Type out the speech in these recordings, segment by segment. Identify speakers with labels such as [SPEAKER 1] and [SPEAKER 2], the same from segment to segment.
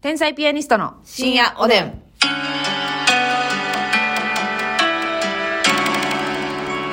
[SPEAKER 1] 天才ピアニストの深夜おでん。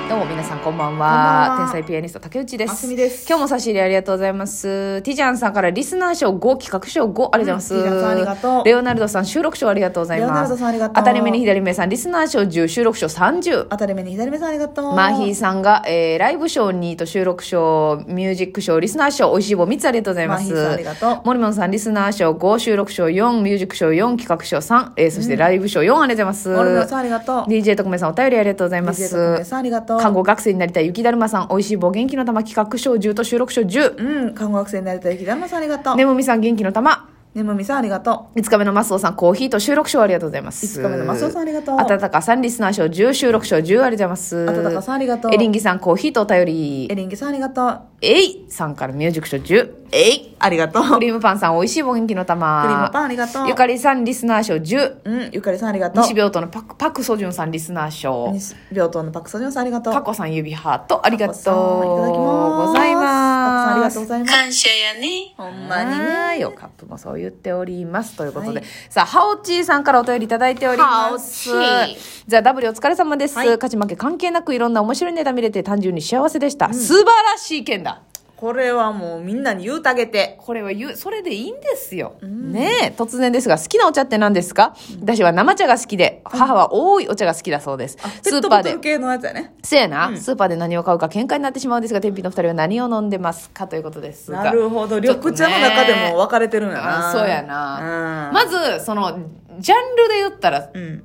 [SPEAKER 1] どうも皆さんこんばんは。
[SPEAKER 2] こんばんは
[SPEAKER 1] 天才ピアニスト竹内です。
[SPEAKER 2] あすみです
[SPEAKER 1] 今日も差し入れありがとうございます。ティジャンさんからリスナー賞5、企画賞5、ありがとうございます。
[SPEAKER 2] うんティジャンさんありがとう
[SPEAKER 1] レオナルドさん収録賞ありがとうございます。
[SPEAKER 2] レオナルドさんありがとう
[SPEAKER 1] 当たり目に左目さん、リスナー賞10、収録賞30。
[SPEAKER 2] 当たり目に左目さんありがとう。
[SPEAKER 1] マーヒーさんが、えーライブ賞2と収録賞、ミュージック賞、リスナー賞、おいしい棒3つありがとうございます。
[SPEAKER 2] マーヒーさんありがとう
[SPEAKER 1] モリモンさん、リスナー賞5、収録賞4、ミュージック賞4、企画賞3、えーそしてライブ賞4、ありがとうございます。
[SPEAKER 2] モリモンさんありがとう
[SPEAKER 1] DJ 特命さん、お便りありがとうございま
[SPEAKER 2] DJ 特
[SPEAKER 1] す
[SPEAKER 2] 命。さんありがとう
[SPEAKER 1] 看護学生になりたい雪だるまさん、おいしい棒、元気の玉、企画賞10と収録賞10。
[SPEAKER 2] うん、看護学生になりたい雪だるまさんありがとう。
[SPEAKER 1] ね
[SPEAKER 2] ね
[SPEAKER 1] むみさん、元気の玉。
[SPEAKER 2] むみさんありがと
[SPEAKER 1] 5日目のマスオさん、コーヒーと収録賞ありがとうございます。
[SPEAKER 2] 五日目のマスオさんありがとう
[SPEAKER 1] たたかさん、リスナー賞10、収録賞10、ありがとうございます。
[SPEAKER 2] あたたかさんありがとう
[SPEAKER 1] エリンギさん、コーヒーとお便り
[SPEAKER 2] う。エ。リンギさんありがとう。
[SPEAKER 1] えいさんからミュージック賞10。えい
[SPEAKER 2] ありがとう。
[SPEAKER 1] クリームパンさん、おいしい棒元気の玉。
[SPEAKER 2] クリームパンありがとう
[SPEAKER 1] ゆかりさん、リスナー賞10。
[SPEAKER 2] うん、ゆかりさんありがとう。
[SPEAKER 1] 西病棟のパク、パクソジュンさん、リスナー賞。
[SPEAKER 2] 西病棟のパクソジョンさんありがとう。
[SPEAKER 1] パコさん、指ハート、ありがとう。
[SPEAKER 2] パコさんいただきます。
[SPEAKER 1] ございます。
[SPEAKER 2] パコさんありがとうございます。
[SPEAKER 3] 感謝やねほんまにね
[SPEAKER 1] はいよカップもそう言っておりますということで、
[SPEAKER 2] はい
[SPEAKER 1] さあハオチーさんからお便りいただいております
[SPEAKER 3] ハオチー
[SPEAKER 1] じゃあ W お疲れ様です、
[SPEAKER 2] はい
[SPEAKER 1] 勝ち負け関係なくいろんな面白いネタ見れて単純に幸せでした、素晴らしい件だ
[SPEAKER 2] これはもうみんなに言うたげて。
[SPEAKER 1] これは言うそれでいいんですよ、ねえ突然ですが好きなお茶って何ですか、私は生茶が好きで母は多いお茶が好きだそうですスーパー
[SPEAKER 2] ペットボト
[SPEAKER 1] で
[SPEAKER 2] ル系のやつやね。
[SPEAKER 1] せやな、スーパーで何を買うか喧嘩になってしまうんですが天秤の二人は何を飲んでますかということですが
[SPEAKER 2] なるほど。緑茶の中でも分かれてるんやな。
[SPEAKER 1] あそうやな、
[SPEAKER 2] うん。
[SPEAKER 1] まずそのジャンルで言ったら
[SPEAKER 2] うん。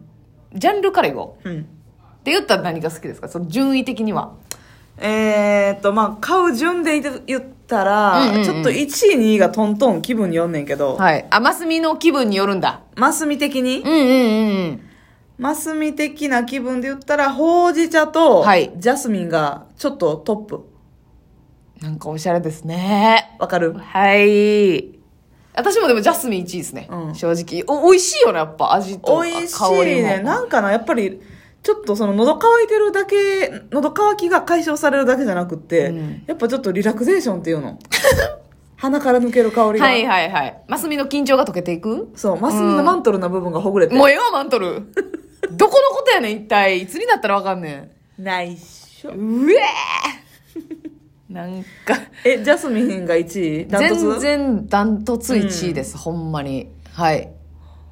[SPEAKER 1] ジャンルから言おう
[SPEAKER 2] うん。
[SPEAKER 1] って言ったら何が好きですかその順位的には
[SPEAKER 2] えー、っと、まあ、買う順で言ったら、
[SPEAKER 1] うんうんうん
[SPEAKER 2] ちょっと1位、2位がトントン気分によんねんけど、
[SPEAKER 1] はいあマスミの気分によるんだ
[SPEAKER 2] マスミ的に、
[SPEAKER 1] うんうんうん
[SPEAKER 2] マスミ的な気分で言ったら、ほうじ茶と、
[SPEAKER 1] はい
[SPEAKER 2] ジャスミンがちょっとトップ。
[SPEAKER 1] なんかおしゃれですね
[SPEAKER 2] わかる
[SPEAKER 1] はい私もでもジャスミン1位ですね、
[SPEAKER 2] うん
[SPEAKER 1] 正直お美味しいよねやっぱ味と香りも
[SPEAKER 2] 美味しいね。なんかな、やっぱり、ちょっとその喉乾いてるだけ、喉乾きが解消されるだけじゃなくって、
[SPEAKER 1] うん
[SPEAKER 2] やっぱちょっとリラクゼーションっていうの。鼻から抜ける香りが。
[SPEAKER 1] はいはいはいマスミの緊張が解けていく
[SPEAKER 2] そう、マスミのマントルな部分がほぐれて。
[SPEAKER 1] もうええわマント ルどこのことやねん一体いつになったらわかんねん
[SPEAKER 2] ないっしょ。
[SPEAKER 1] うえーなんか、
[SPEAKER 2] え、ジャスミンが1位ダントツ
[SPEAKER 1] 全然ダントツ1位です、ほんまに。はい。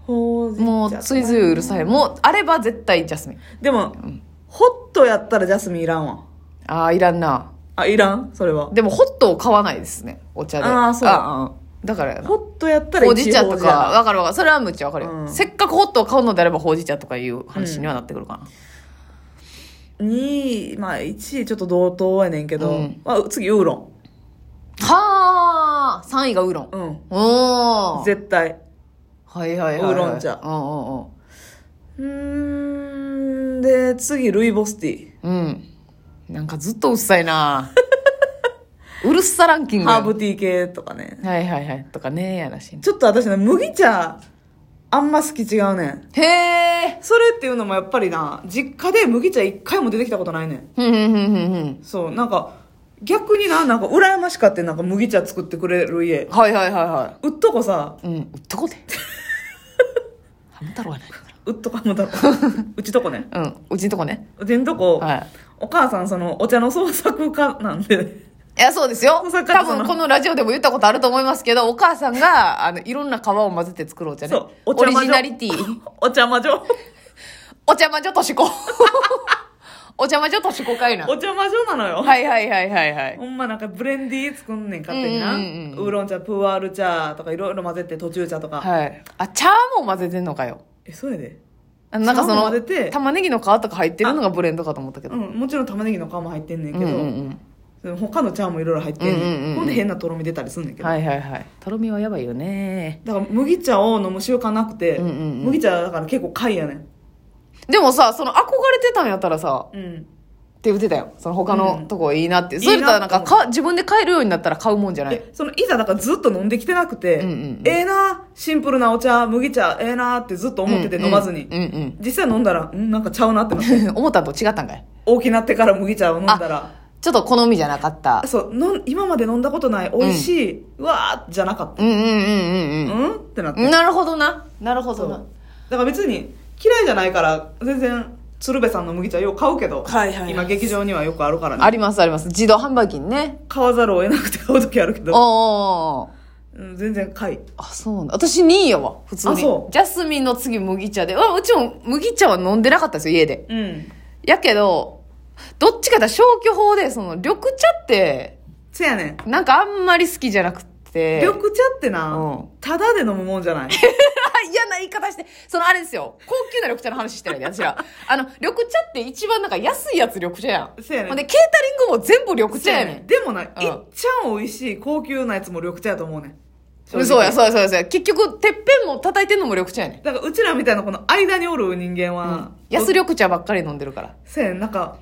[SPEAKER 2] ほうじ茶
[SPEAKER 1] もう、ついついうるさい。もう、あれば絶対ジャスミン。
[SPEAKER 2] でも、ホットやったらジャスミンいらんわ
[SPEAKER 1] ああ、いらんな。
[SPEAKER 2] あいらんそれは
[SPEAKER 1] でも、ホットを買わないですね、お茶で。
[SPEAKER 2] あーそう
[SPEAKER 1] うんだからやな。
[SPEAKER 2] ホットやったら
[SPEAKER 1] ほうじ茶
[SPEAKER 2] 一
[SPEAKER 1] と
[SPEAKER 2] 応
[SPEAKER 1] か、わかるわかる。それはむっちゃわかるよ、
[SPEAKER 2] うん
[SPEAKER 1] せっかくホットを買うのであれば、ほうじ茶とかいう話にはなってくるかな。
[SPEAKER 2] 2位まあ1位ちょっと同等やねんけど、
[SPEAKER 1] うん
[SPEAKER 2] まあ、次ウーロ
[SPEAKER 1] はあ !3 位がウーロン。
[SPEAKER 2] ンうん
[SPEAKER 1] おー
[SPEAKER 2] 絶対
[SPEAKER 1] はいはいはいはい。
[SPEAKER 2] ウーロン茶
[SPEAKER 1] う
[SPEAKER 2] うーんで次ルイボスティ
[SPEAKER 1] んうんうん。うん。なんかずっとうっさいな うるっさランキン
[SPEAKER 2] ー
[SPEAKER 1] グ。
[SPEAKER 2] ハーブティー系とかね
[SPEAKER 1] はいはいはい。とかねやらしい。
[SPEAKER 2] ちょっと私ね麦茶あんま好き違うねん
[SPEAKER 1] へえ。
[SPEAKER 2] それっていうのもやっぱりな実家で麦茶一回も出てきたことないねん
[SPEAKER 1] ふんふんふんふんふん。
[SPEAKER 2] そうなんか逆にななんか羨ましかってんなんか麦茶作ってくれる家
[SPEAKER 1] はいはいはいは
[SPEAKER 2] うっとこさ
[SPEAKER 1] い。うん。うっとこで。 ハム太郎はないか
[SPEAKER 2] うっとかも だろうちとこね
[SPEAKER 1] ら。うん。うちんとこね。
[SPEAKER 2] うちんとこ、
[SPEAKER 1] はい。
[SPEAKER 2] お母さんそのお茶の創作家なんで
[SPEAKER 1] いや、そうですよ。多
[SPEAKER 2] まさかその
[SPEAKER 1] 分このラジオでも言ったことあると思いますけど、お母さん が、あの、いろんな皮を混ぜて作ろうじゃね
[SPEAKER 2] そう。お
[SPEAKER 1] オ
[SPEAKER 2] 茶魔
[SPEAKER 1] リ
[SPEAKER 2] 女
[SPEAKER 1] ジナリテ ィ。
[SPEAKER 2] お茶魔女
[SPEAKER 1] お茶魔女としこ。 お茶魔女としこかいな。
[SPEAKER 2] お茶魔女なのよ、
[SPEAKER 1] はいはいはいはいはい。
[SPEAKER 2] ほんまなんかブレンディー作んねん勝手にな、
[SPEAKER 1] うんうんうんうん
[SPEAKER 2] ウーロン茶プーアール茶とかいろいろ混ぜて途中茶とか、
[SPEAKER 1] はい。あ、茶も混ぜてんのかよ。
[SPEAKER 2] えそうやで
[SPEAKER 1] あのなんかそ
[SPEAKER 2] 茶も
[SPEAKER 1] の
[SPEAKER 2] 混ぜて、
[SPEAKER 1] 玉ねぎの皮とか入ってるのがブレンドかと思ったけど。
[SPEAKER 2] う
[SPEAKER 1] うん
[SPEAKER 2] んもちろん玉ねぎの皮も入ってんねん
[SPEAKER 1] う
[SPEAKER 2] け
[SPEAKER 1] んう
[SPEAKER 2] ど、
[SPEAKER 1] ん。
[SPEAKER 2] その他の茶もいろいろ入ってんねん,、
[SPEAKER 1] うんうんうんうん
[SPEAKER 2] ほんで変なとろみ出たりすんねんけど、
[SPEAKER 1] はいはいはいとろみはやばいよね
[SPEAKER 2] だから麦茶を飲む習慣なくて、
[SPEAKER 1] うんうんうん
[SPEAKER 2] 麦茶だから結構貝やねん
[SPEAKER 1] でもさその憧れてたんやったらさっ
[SPEAKER 2] うん
[SPEAKER 1] て言ってたよその他
[SPEAKER 2] う
[SPEAKER 1] の
[SPEAKER 2] ん
[SPEAKER 1] とこいいなって、
[SPEAKER 2] いい
[SPEAKER 1] そ
[SPEAKER 2] な
[SPEAKER 1] れだったらなんか
[SPEAKER 2] と思
[SPEAKER 1] か自分で買えるようになったら買うもんじゃない
[SPEAKER 2] でそのいざだからずっと飲んできてなくて、
[SPEAKER 1] うんうんうん
[SPEAKER 2] ええなシンプルなお茶麦茶ええなってずっと思ってて飲まずに、
[SPEAKER 1] うんうん、
[SPEAKER 2] 実際飲んだらんなんかちゃうなってなって
[SPEAKER 1] うんうん思ったんと違ったんかい
[SPEAKER 2] 大きなってから麦茶を飲んだら
[SPEAKER 1] ちょっと好みじゃなかった。
[SPEAKER 2] そうのん今まで飲んだことない美味しい、うわーじゃなかった
[SPEAKER 1] うんうんうんうんうん。
[SPEAKER 2] うんってなって
[SPEAKER 1] なるほどな。なるほ
[SPEAKER 2] そ
[SPEAKER 1] ど
[SPEAKER 2] う
[SPEAKER 1] な。
[SPEAKER 2] だから別に嫌いじゃないから全然鶴瓶さんの麦茶よう買うけど、
[SPEAKER 1] はいはいはい
[SPEAKER 2] 今劇場にはよくあるから
[SPEAKER 1] あ
[SPEAKER 2] ね
[SPEAKER 1] りますあります。自動販売機にね。
[SPEAKER 2] 買わざるを得なくて買う時あるけ
[SPEAKER 1] おー
[SPEAKER 2] ど、
[SPEAKER 1] おーおー。
[SPEAKER 2] うん、全然買い
[SPEAKER 1] あ、そうなんだ。私2位やわ、普通に。
[SPEAKER 2] あそう
[SPEAKER 1] ジャスミンの次麦茶で。うわ、うちも麦茶は飲んでなかったんですよ、家で。
[SPEAKER 2] うん
[SPEAKER 1] やけど、どっちかだ消去法で、その、緑茶って、
[SPEAKER 2] せやねん
[SPEAKER 1] なんかあんまり好きじゃなくて。
[SPEAKER 2] 緑茶ってな、
[SPEAKER 1] うん
[SPEAKER 2] ただで飲むもんじ ゃない
[SPEAKER 1] あ嫌な言い方して、そのあれですよ、高級な緑茶の話してないで、私 ら。あの、緑茶って一番なんか安いやつ緑茶やん。
[SPEAKER 2] そうやねん
[SPEAKER 1] ほんで、ケータリングも全部緑茶やねん。
[SPEAKER 2] でもな、いっ
[SPEAKER 1] ん
[SPEAKER 2] ちゃん美味しい高級なやつも緑茶やと思うねん
[SPEAKER 1] そうや、そうや、
[SPEAKER 2] う
[SPEAKER 1] そうや、そうや。結局、てっぺんも叩いてんのも緑茶やねん。
[SPEAKER 2] だからうちらみたいなこの間におる人間は、
[SPEAKER 1] 安緑茶ばっかり飲んでるから。
[SPEAKER 2] せやねんなんか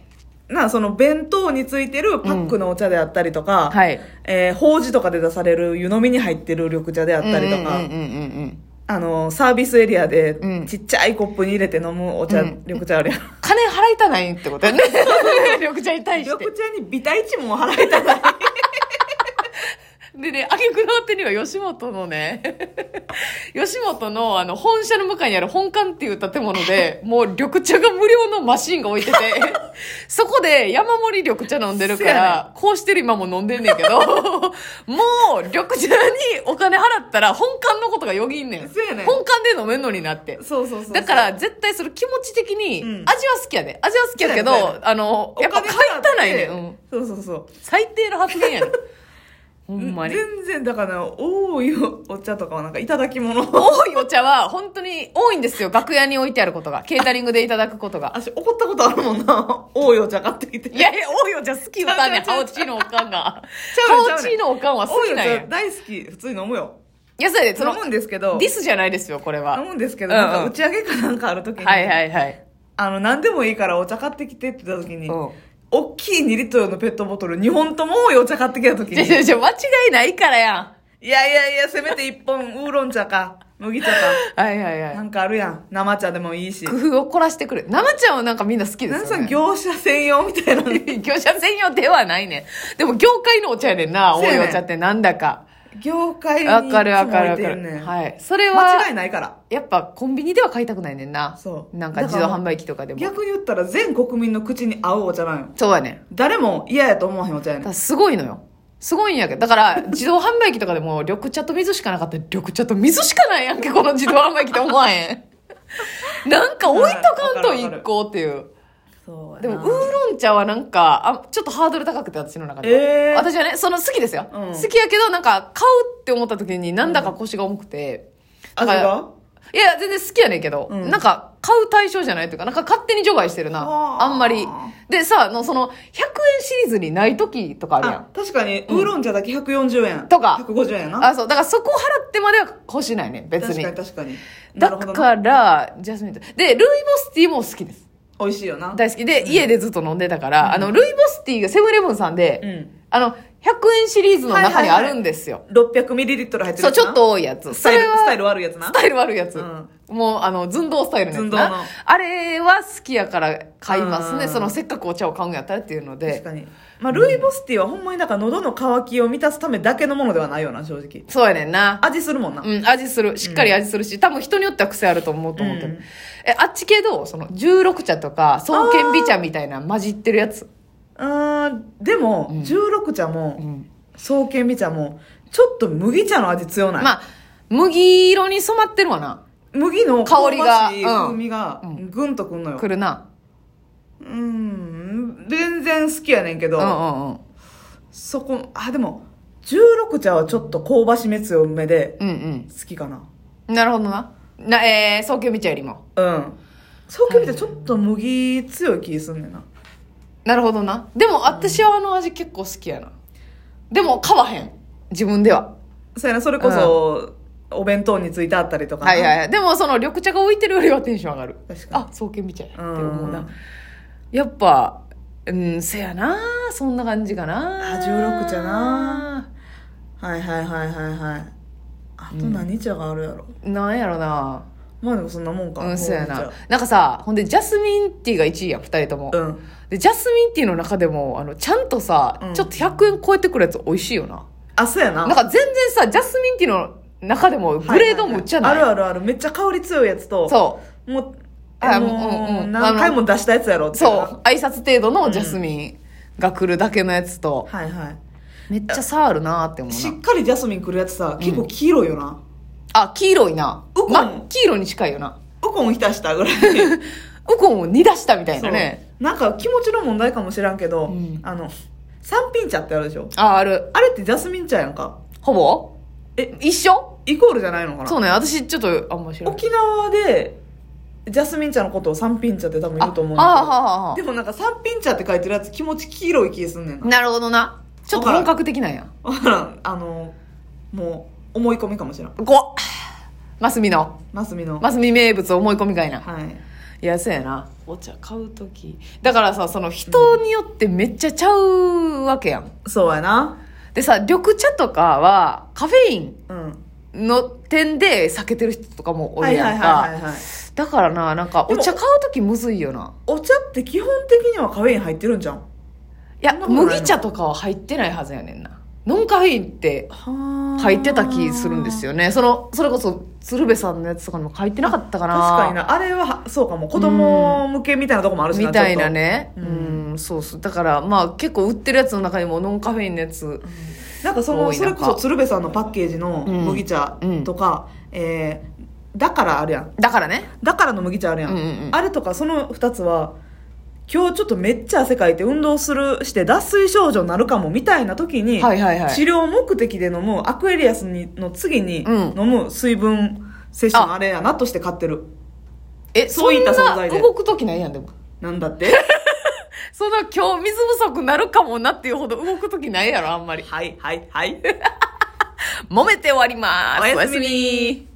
[SPEAKER 2] なあその弁当についてるパックのお茶であったりとか、
[SPEAKER 1] はい。
[SPEAKER 2] えー、ほうじとかで出される湯飲みに入ってる緑茶であったりとか、
[SPEAKER 1] うんうんうんうんうん。
[SPEAKER 2] あの、サービスエリアで
[SPEAKER 1] うん、
[SPEAKER 2] ちっちゃいコップに入れて飲むお茶、
[SPEAKER 1] うん
[SPEAKER 2] 緑茶あ るやん。
[SPEAKER 1] 金払いたないってことや ね。緑茶に対して。
[SPEAKER 2] 緑茶にビタ一文払え たら、
[SPEAKER 1] でね、挙句の果てには吉本のね、 吉本のあの本社の向かいにある本館っていう建物で、もう緑茶が無料のマシンが置いてて、 そこで山盛り緑茶飲んでるか
[SPEAKER 2] せや
[SPEAKER 1] ら、こうしてる今も飲んでんねんけ ど、もう緑茶にお金払ったら本館のことがよぎんねん。
[SPEAKER 2] せやねん
[SPEAKER 1] 本館で飲めんのになって。
[SPEAKER 2] そうそうそうそう。
[SPEAKER 1] だから、絶対それ気持ち的に、
[SPEAKER 2] うん
[SPEAKER 1] 味は好きやで。味は好きやけど
[SPEAKER 2] そうやね、
[SPEAKER 1] あの、やっぱ買いたないねん。うん
[SPEAKER 2] そうそうそう。
[SPEAKER 1] 最低の発言やねん。ほんまに。
[SPEAKER 2] 全然、だから、多いお茶とかはなんか、いただき物。
[SPEAKER 1] 多いお茶は本当に多いんですよ。楽屋に置いてあることが。ケータリングでいただくことが。
[SPEAKER 2] 私、怒ったことあるもんな。 多いお茶買ってきて。
[SPEAKER 1] いやいや、多いお茶好きよ、単に。
[SPEAKER 2] ちゃ
[SPEAKER 1] ハ
[SPEAKER 2] うねん
[SPEAKER 1] オチーのおかんが。
[SPEAKER 2] ちゃうねん
[SPEAKER 1] ハオチーのおかんは好
[SPEAKER 2] 多い
[SPEAKER 1] き
[SPEAKER 2] お
[SPEAKER 1] なんや。
[SPEAKER 2] 茶
[SPEAKER 1] い
[SPEAKER 2] 大好き。普通に飲むよ。
[SPEAKER 1] や、そうやで、そ
[SPEAKER 2] 飲
[SPEAKER 1] の、
[SPEAKER 2] むんですけど、
[SPEAKER 1] ディスじゃないですよ、これ
[SPEAKER 2] 飲
[SPEAKER 1] は。
[SPEAKER 2] むんですけど、
[SPEAKER 1] うんうん
[SPEAKER 2] なんか、打ち上げかなんかあるときに、
[SPEAKER 1] はいはいはい。
[SPEAKER 2] あの、何でもいいからお茶買ってきてって言ったときに、
[SPEAKER 1] うん
[SPEAKER 2] 大きい2リットルのペットボトル2本とも多いお茶買ってきたとき
[SPEAKER 1] じゃ
[SPEAKER 2] に、
[SPEAKER 1] じゃじゃ間違 いないからや
[SPEAKER 2] いやいやいや、せめて1本、ウーロン茶か、麦茶 か、
[SPEAKER 1] ん。はいはい
[SPEAKER 2] な
[SPEAKER 1] はい。
[SPEAKER 2] んかあるやん。生茶でもいいし。
[SPEAKER 1] 工夫を凝らしてくる。生茶はなんかみんな好きで
[SPEAKER 2] なん
[SPEAKER 1] すよ、
[SPEAKER 2] さ、
[SPEAKER 1] ね。
[SPEAKER 2] 業者専用みたいな。
[SPEAKER 1] 業者専用ではないねん。でも業界のお茶やねんな、
[SPEAKER 2] そ
[SPEAKER 1] 多
[SPEAKER 2] うやね
[SPEAKER 1] いお
[SPEAKER 2] ん
[SPEAKER 1] 茶ってなんだか。
[SPEAKER 2] 業界にいつ
[SPEAKER 1] わ
[SPEAKER 2] も
[SPEAKER 1] かるわかる
[SPEAKER 2] 置い
[SPEAKER 1] わか
[SPEAKER 2] てるね
[SPEAKER 1] る。
[SPEAKER 2] ん。
[SPEAKER 1] はい。それは。
[SPEAKER 2] 間違いないから。
[SPEAKER 1] やっぱコンビニでは買いたくないねんな。
[SPEAKER 2] そう
[SPEAKER 1] なんか自動販売機とかでも。
[SPEAKER 2] 逆に言ったら全国民の口に合うお茶なんよ。
[SPEAKER 1] そうやねん。
[SPEAKER 2] 誰も嫌やと思わへんお茶や
[SPEAKER 1] だ
[SPEAKER 2] ね
[SPEAKER 1] か
[SPEAKER 2] ん。
[SPEAKER 1] らすごいのよ。すごいんやけど。だから、 自動販売機とかでも緑茶と水しかなかったら緑茶と水しかないやんけ、この自動販売機って思わへ ん。なんか置いとかんと一個っていう。
[SPEAKER 2] そう
[SPEAKER 1] でも、ウーロン茶はなんか、あ、ちょっとハードル高くて私の中で。
[SPEAKER 2] えー
[SPEAKER 1] 私はね、その好きですよ。
[SPEAKER 2] うん
[SPEAKER 1] 好きやけど、なんか買うって思った時になんだか腰が重くて。だ
[SPEAKER 2] 味
[SPEAKER 1] から
[SPEAKER 2] が
[SPEAKER 1] いや、全然好きやねんけど、
[SPEAKER 2] うん
[SPEAKER 1] なんか、買う対象じゃないというか、なんか勝手に除外してるな。
[SPEAKER 2] あー
[SPEAKER 1] あんまり。で、さ、あの、その、100円シリーズにない時とかあるや
[SPEAKER 2] あ
[SPEAKER 1] ん。、
[SPEAKER 2] 確かに、ウーロン茶だけ140円。
[SPEAKER 1] とか
[SPEAKER 2] 150円やな。
[SPEAKER 1] あそう。だからそこ払ってまでは欲しないねん、別
[SPEAKER 2] 確
[SPEAKER 1] に
[SPEAKER 2] か。に確かに。な
[SPEAKER 1] だ
[SPEAKER 2] るほどな。
[SPEAKER 1] から、ジャスミンと。で、ルイボスティーも好きです。
[SPEAKER 2] 美味しいよな。
[SPEAKER 1] 大好き。で、家でずっと飲んでたから、あの、ルイボスティーがセブンイレブンさんで、
[SPEAKER 2] うん
[SPEAKER 1] あの、100円シリーズの中にあるんですよ。
[SPEAKER 2] 600ミリリットル入って
[SPEAKER 1] そう、
[SPEAKER 2] るやつ
[SPEAKER 1] ち
[SPEAKER 2] な
[SPEAKER 1] ょっと多いやつ。
[SPEAKER 2] スタイル、
[SPEAKER 1] それは
[SPEAKER 2] スタイル悪いやつな
[SPEAKER 1] ス。タイル悪いやつ。
[SPEAKER 2] うん
[SPEAKER 1] もう、あの、寸胴スタイルのやつ
[SPEAKER 2] 寸胴
[SPEAKER 1] な
[SPEAKER 2] の。
[SPEAKER 1] あれは好きやから買いますね。
[SPEAKER 2] うん
[SPEAKER 1] その、せっかくお茶を買うんやったらっていうの
[SPEAKER 2] 確
[SPEAKER 1] で。
[SPEAKER 2] かに。まあ、ルイボスティーはほんまになんか喉の渇きを満たすためだけのものではないよな、正直。
[SPEAKER 1] そうやねんな。
[SPEAKER 2] 味するもんな。
[SPEAKER 1] うん、味する。しっかり味するし、多分人によっては癖あると思うと思うけど。
[SPEAKER 2] うん
[SPEAKER 1] え、あっち系どうその、16茶とか、双剣美茶みたいな混じってるやつ。
[SPEAKER 2] うーん、でも、
[SPEAKER 1] ん
[SPEAKER 2] 16茶
[SPEAKER 1] う
[SPEAKER 2] も、
[SPEAKER 1] ん。
[SPEAKER 2] 双剣美茶も、ちょっと麦茶の味強ない。
[SPEAKER 1] まあ、麦色に染まってるわな。
[SPEAKER 2] 麦の
[SPEAKER 1] 香りが
[SPEAKER 2] 香ばしい
[SPEAKER 1] うん
[SPEAKER 2] 風味が
[SPEAKER 1] う、ん
[SPEAKER 2] ぐんとくんのよ。
[SPEAKER 1] くるな。
[SPEAKER 2] うーん、全然好きやねんけ
[SPEAKER 1] うんう
[SPEAKER 2] ど、
[SPEAKER 1] んうん。
[SPEAKER 2] そこ、あ、でも、16茶はちょっと香ばしめ強めで、
[SPEAKER 1] うん
[SPEAKER 2] 好きかな。
[SPEAKER 1] うん。なるほどな。な、えー、双剣美茶よりも。
[SPEAKER 2] うん。双剣美茶ちょっと麦強い気すんねんな。
[SPEAKER 1] なるほどな。でも、私はあの味結構好きやな。でも、買わへん。自分では。
[SPEAKER 2] そうやな、それこそ、お弁当についてあったりとかな。
[SPEAKER 1] はいはいはい。でも、その緑茶が置いてるよりはテンション上がる。
[SPEAKER 2] 確かに
[SPEAKER 1] あ、双剣みたいって
[SPEAKER 2] うん
[SPEAKER 1] 思うな。やっぱ、うん、せやなそんな感じかな
[SPEAKER 2] あ16茶なはいはいはいはいはい。あと何茶があるやろ、
[SPEAKER 1] なんやろな
[SPEAKER 2] まあでもそんなもんか。
[SPEAKER 1] うん、そうや
[SPEAKER 2] じ
[SPEAKER 1] な
[SPEAKER 2] ゃ。
[SPEAKER 1] なんかさ、ほんで、ジャスミンティーが1位やん、2人とも
[SPEAKER 2] あ。うん。
[SPEAKER 1] で、ジャスミンティーの中でも、あの、ちゃんとさ、
[SPEAKER 2] うん
[SPEAKER 1] ちょっと100円超えてくるやつ美味しいよな。
[SPEAKER 2] あ、そうやな。
[SPEAKER 1] なんか全然さ、ジャスミンティーの中でもグレードむっちゃない。
[SPEAKER 2] あるあるある。めっちゃ香り強いやつと、
[SPEAKER 1] そ
[SPEAKER 2] もう、
[SPEAKER 1] あ
[SPEAKER 2] あの
[SPEAKER 1] うんうん
[SPEAKER 2] 何回も出したやつやろっ
[SPEAKER 1] う。
[SPEAKER 2] ていな
[SPEAKER 1] そう。挨拶程度のジャスミンが来るだけのやつと、
[SPEAKER 2] はいは
[SPEAKER 1] めっちゃ差あるなーって思う
[SPEAKER 2] い。しっ
[SPEAKER 1] な。
[SPEAKER 2] かりジャスミン来るやつさ、結構黄色いよな。
[SPEAKER 1] あ、黄色いな。
[SPEAKER 2] ウコン
[SPEAKER 1] 真っ黄色に近いよな。
[SPEAKER 2] ウコン浸したぐ らい。
[SPEAKER 1] ウコンを煮出したみたいなね。
[SPEAKER 2] そうなんか気持ちの問題かもしらんけど、
[SPEAKER 1] うん
[SPEAKER 2] あの、三品茶ってあるでしょ
[SPEAKER 1] あ、ある。
[SPEAKER 2] あれってジャスミン茶やんか。
[SPEAKER 1] ほぼ
[SPEAKER 2] え
[SPEAKER 1] 一緒
[SPEAKER 2] イコールじゃないのかな
[SPEAKER 1] そうね。私、ちょっと、あんま知らない。
[SPEAKER 2] 沖縄で、ジャスミン茶のことを三品茶って多分言うと思うんだけど
[SPEAKER 1] ああ、はあ、はあ
[SPEAKER 2] で。もなんか三品茶って書いてるやつ気持ち黄色い気すんねんな。
[SPEAKER 1] なるほどな。ちょっと本格的なんや。
[SPEAKER 2] わからん。あの、もう、思い込みかもしらん。
[SPEAKER 1] こマスミの。
[SPEAKER 2] マスミの。
[SPEAKER 1] マスミ名物思い込みかいな。
[SPEAKER 2] はい。
[SPEAKER 1] いや、そうやな。お茶買うとき。だからさ、その人によってめっちゃちゃうわけやん。
[SPEAKER 2] そうやな。
[SPEAKER 1] でさ、緑茶とかはカフェイン
[SPEAKER 2] うん。
[SPEAKER 1] の点で避けてる人とかもお
[SPEAKER 2] は
[SPEAKER 1] る
[SPEAKER 2] いはい
[SPEAKER 1] や
[SPEAKER 2] はい
[SPEAKER 1] ん
[SPEAKER 2] はい
[SPEAKER 1] か。
[SPEAKER 2] はい。
[SPEAKER 1] だからな、なんか
[SPEAKER 2] で
[SPEAKER 1] お
[SPEAKER 2] も
[SPEAKER 1] 茶買うときむずいよな。
[SPEAKER 2] お茶って基本的にはカフェイン入ってるんじゃん。
[SPEAKER 1] いや
[SPEAKER 2] そんな、ことないの
[SPEAKER 1] 麦茶とかは入ってないはずやねんな。ノンカフェインって入ってた気するんです
[SPEAKER 2] よ。
[SPEAKER 1] よね。その、それこそ鶴瓶さんのやつとかにも入ってなかったかな。
[SPEAKER 2] 確かにな。あれは、そうかも。子供向けみたいなとこもあるしな。
[SPEAKER 1] みたいなね。
[SPEAKER 2] ち
[SPEAKER 1] う
[SPEAKER 2] ょっと
[SPEAKER 1] ん、そうそう。だから、まあ結構売ってるやつの中にもノンカフェインのやつ。
[SPEAKER 2] ちょっと。なんかその、
[SPEAKER 1] 多い
[SPEAKER 2] そ
[SPEAKER 1] な
[SPEAKER 2] れこそ鶴瓶さんのパッケージの
[SPEAKER 1] うん
[SPEAKER 2] 麦茶とか、えー、だからあるやん。
[SPEAKER 1] だからね。
[SPEAKER 2] だからの麦茶あるやん。
[SPEAKER 1] うんうんうん
[SPEAKER 2] あれとか、その二つは、今日ちょっとめっちゃ汗かいて運動する、して脱水症状になるかもみたいな時に、
[SPEAKER 1] はいはいは
[SPEAKER 2] 治
[SPEAKER 1] い。
[SPEAKER 2] 療目的で飲むアクエリアスにの次に
[SPEAKER 1] うん
[SPEAKER 2] 飲む水分摂取の
[SPEAKER 1] あ
[SPEAKER 2] あれやなとして買ってる。
[SPEAKER 1] え、
[SPEAKER 2] そ
[SPEAKER 1] そうう
[SPEAKER 2] い
[SPEAKER 1] い
[SPEAKER 2] っ
[SPEAKER 1] ったた
[SPEAKER 2] 存
[SPEAKER 1] 存
[SPEAKER 2] 在
[SPEAKER 1] 在
[SPEAKER 2] で
[SPEAKER 1] 動く時ないやん、でも。
[SPEAKER 2] なんだって
[SPEAKER 1] そんな今日水不足なるかもなっていうほど動く時ないやろ、あんまり。
[SPEAKER 2] はいはいはい。
[SPEAKER 1] 揉めて終わります。
[SPEAKER 2] おやすみ。